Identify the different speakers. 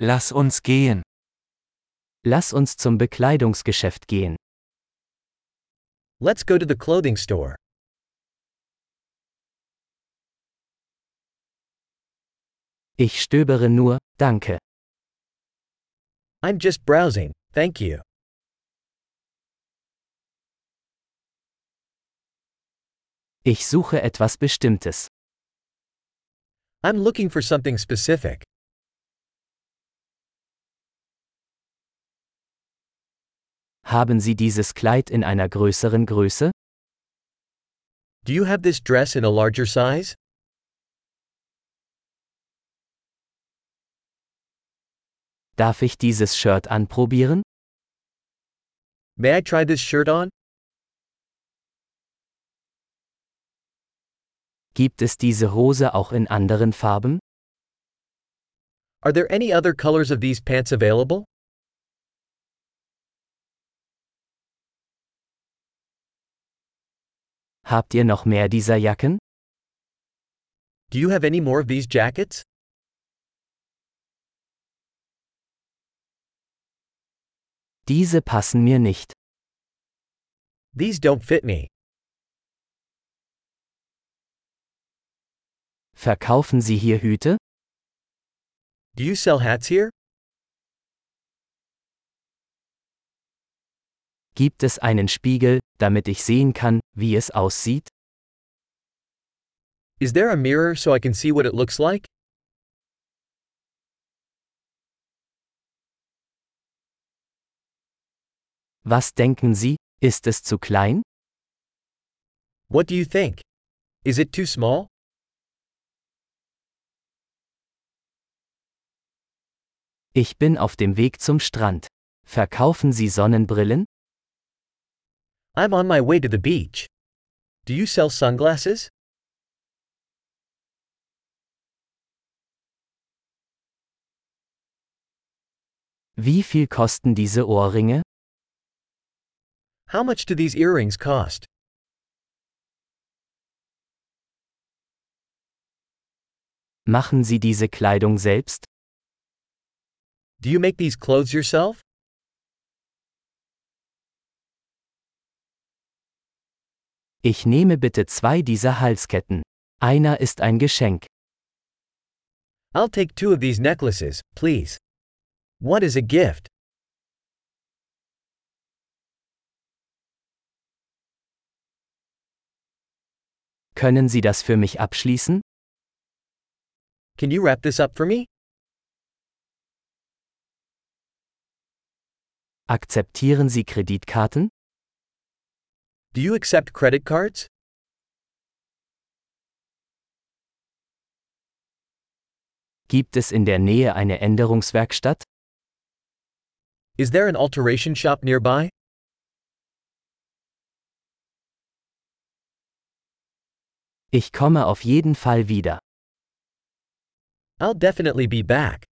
Speaker 1: Lass uns gehen.
Speaker 2: Lass uns zum Bekleidungsgeschäft gehen.
Speaker 3: Let's go to the clothing store.
Speaker 2: Ich stöbere nur, danke.
Speaker 3: I'm just browsing, thank you.
Speaker 2: Ich suche etwas Bestimmtes.
Speaker 3: I'm looking for something specific.
Speaker 2: Haben Sie dieses Kleid in einer größeren Größe?
Speaker 3: Do you have this dress in a larger size?
Speaker 2: Darf ich dieses Shirt anprobieren?
Speaker 3: May I try this shirt on?
Speaker 2: Gibt es diese Hose auch in anderen Farben?
Speaker 3: Are there any other colors of these pants available?
Speaker 2: Habt ihr noch mehr dieser Jacken?
Speaker 3: Do you have any more of these jackets?
Speaker 2: Diese passen mir nicht.
Speaker 3: These don't fit me.
Speaker 2: Verkaufen Sie hier Hüte?
Speaker 3: Do you sell hats here?
Speaker 2: Gibt es einen Spiegel, damit ich sehen kann, wie es aussieht?
Speaker 3: Is there a mirror so I can see what it looks like?
Speaker 2: Was denken Sie, ist es zu klein?
Speaker 3: What do you think? Is it too small?
Speaker 2: Ich bin auf dem Weg zum Strand. Verkaufen Sie Sonnenbrillen?
Speaker 3: I'm on my way to the beach. Do you sell sunglasses?
Speaker 2: Wie viel kosten diese Ohrringe?
Speaker 3: How much do these earrings cost?
Speaker 2: Machen Sie diese Kleidung selbst?
Speaker 3: Do you make these clothes yourself?
Speaker 2: Ich nehme bitte zwei dieser Halsketten. Einer ist ein Geschenk.
Speaker 3: I'll take two of these necklaces, please. One is a gift.
Speaker 2: Können Sie das für mich abschließen?
Speaker 3: Can you wrap this up for me?
Speaker 2: Akzeptieren Sie Kreditkarten?
Speaker 3: Do you accept credit cards?
Speaker 2: Gibt es in der Nähe eine Änderungswerkstatt?
Speaker 3: Is there an alteration shop nearby?
Speaker 2: Ich komme auf jeden Fall wieder.
Speaker 3: I'll definitely be back.